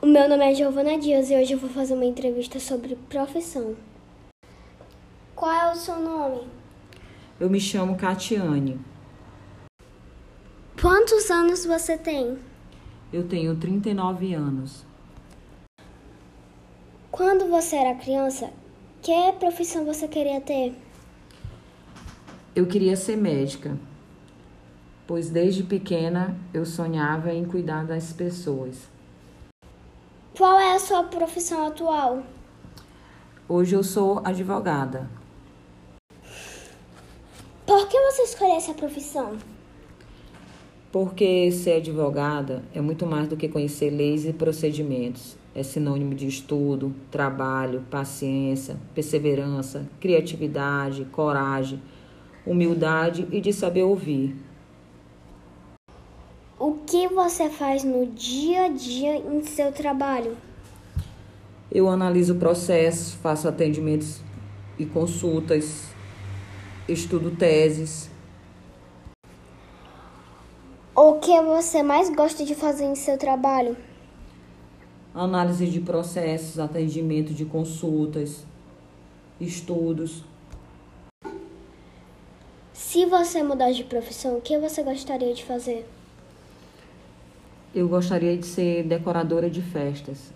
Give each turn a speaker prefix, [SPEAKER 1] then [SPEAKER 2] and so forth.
[SPEAKER 1] O meu nome é Giovana Dias e hoje eu vou fazer uma entrevista sobre profissão. Qual é o seu nome?
[SPEAKER 2] Eu me chamo Catiane.
[SPEAKER 1] Quantos anos você tem?
[SPEAKER 2] Eu tenho 39 anos.
[SPEAKER 1] Quando você era criança, que profissão você queria ter?
[SPEAKER 2] Eu queria ser médica, pois desde pequena eu sonhava em cuidar das pessoas.
[SPEAKER 1] Qual é a sua profissão atual?
[SPEAKER 2] Hoje eu sou advogada,
[SPEAKER 1] Por que você escolheu essa profissão?
[SPEAKER 2] porque ser advogada é muito mais do que conhecer leis e procedimentos. É sinônimo de estudo, trabalho, paciência, perseverança, criatividade, coragem, humildade e de saber ouvir.
[SPEAKER 1] O que você faz no dia a dia em seu trabalho?
[SPEAKER 2] Eu analiso processos, faço atendimentos e consultas, estudo teses.
[SPEAKER 1] O que você mais gosta de fazer em seu trabalho?
[SPEAKER 2] análise de processos, atendimento de consultas, estudos.
[SPEAKER 1] Se você mudasse de profissão, o que você gostaria de fazer?
[SPEAKER 2] Eu gostaria de ser decoradora de festas.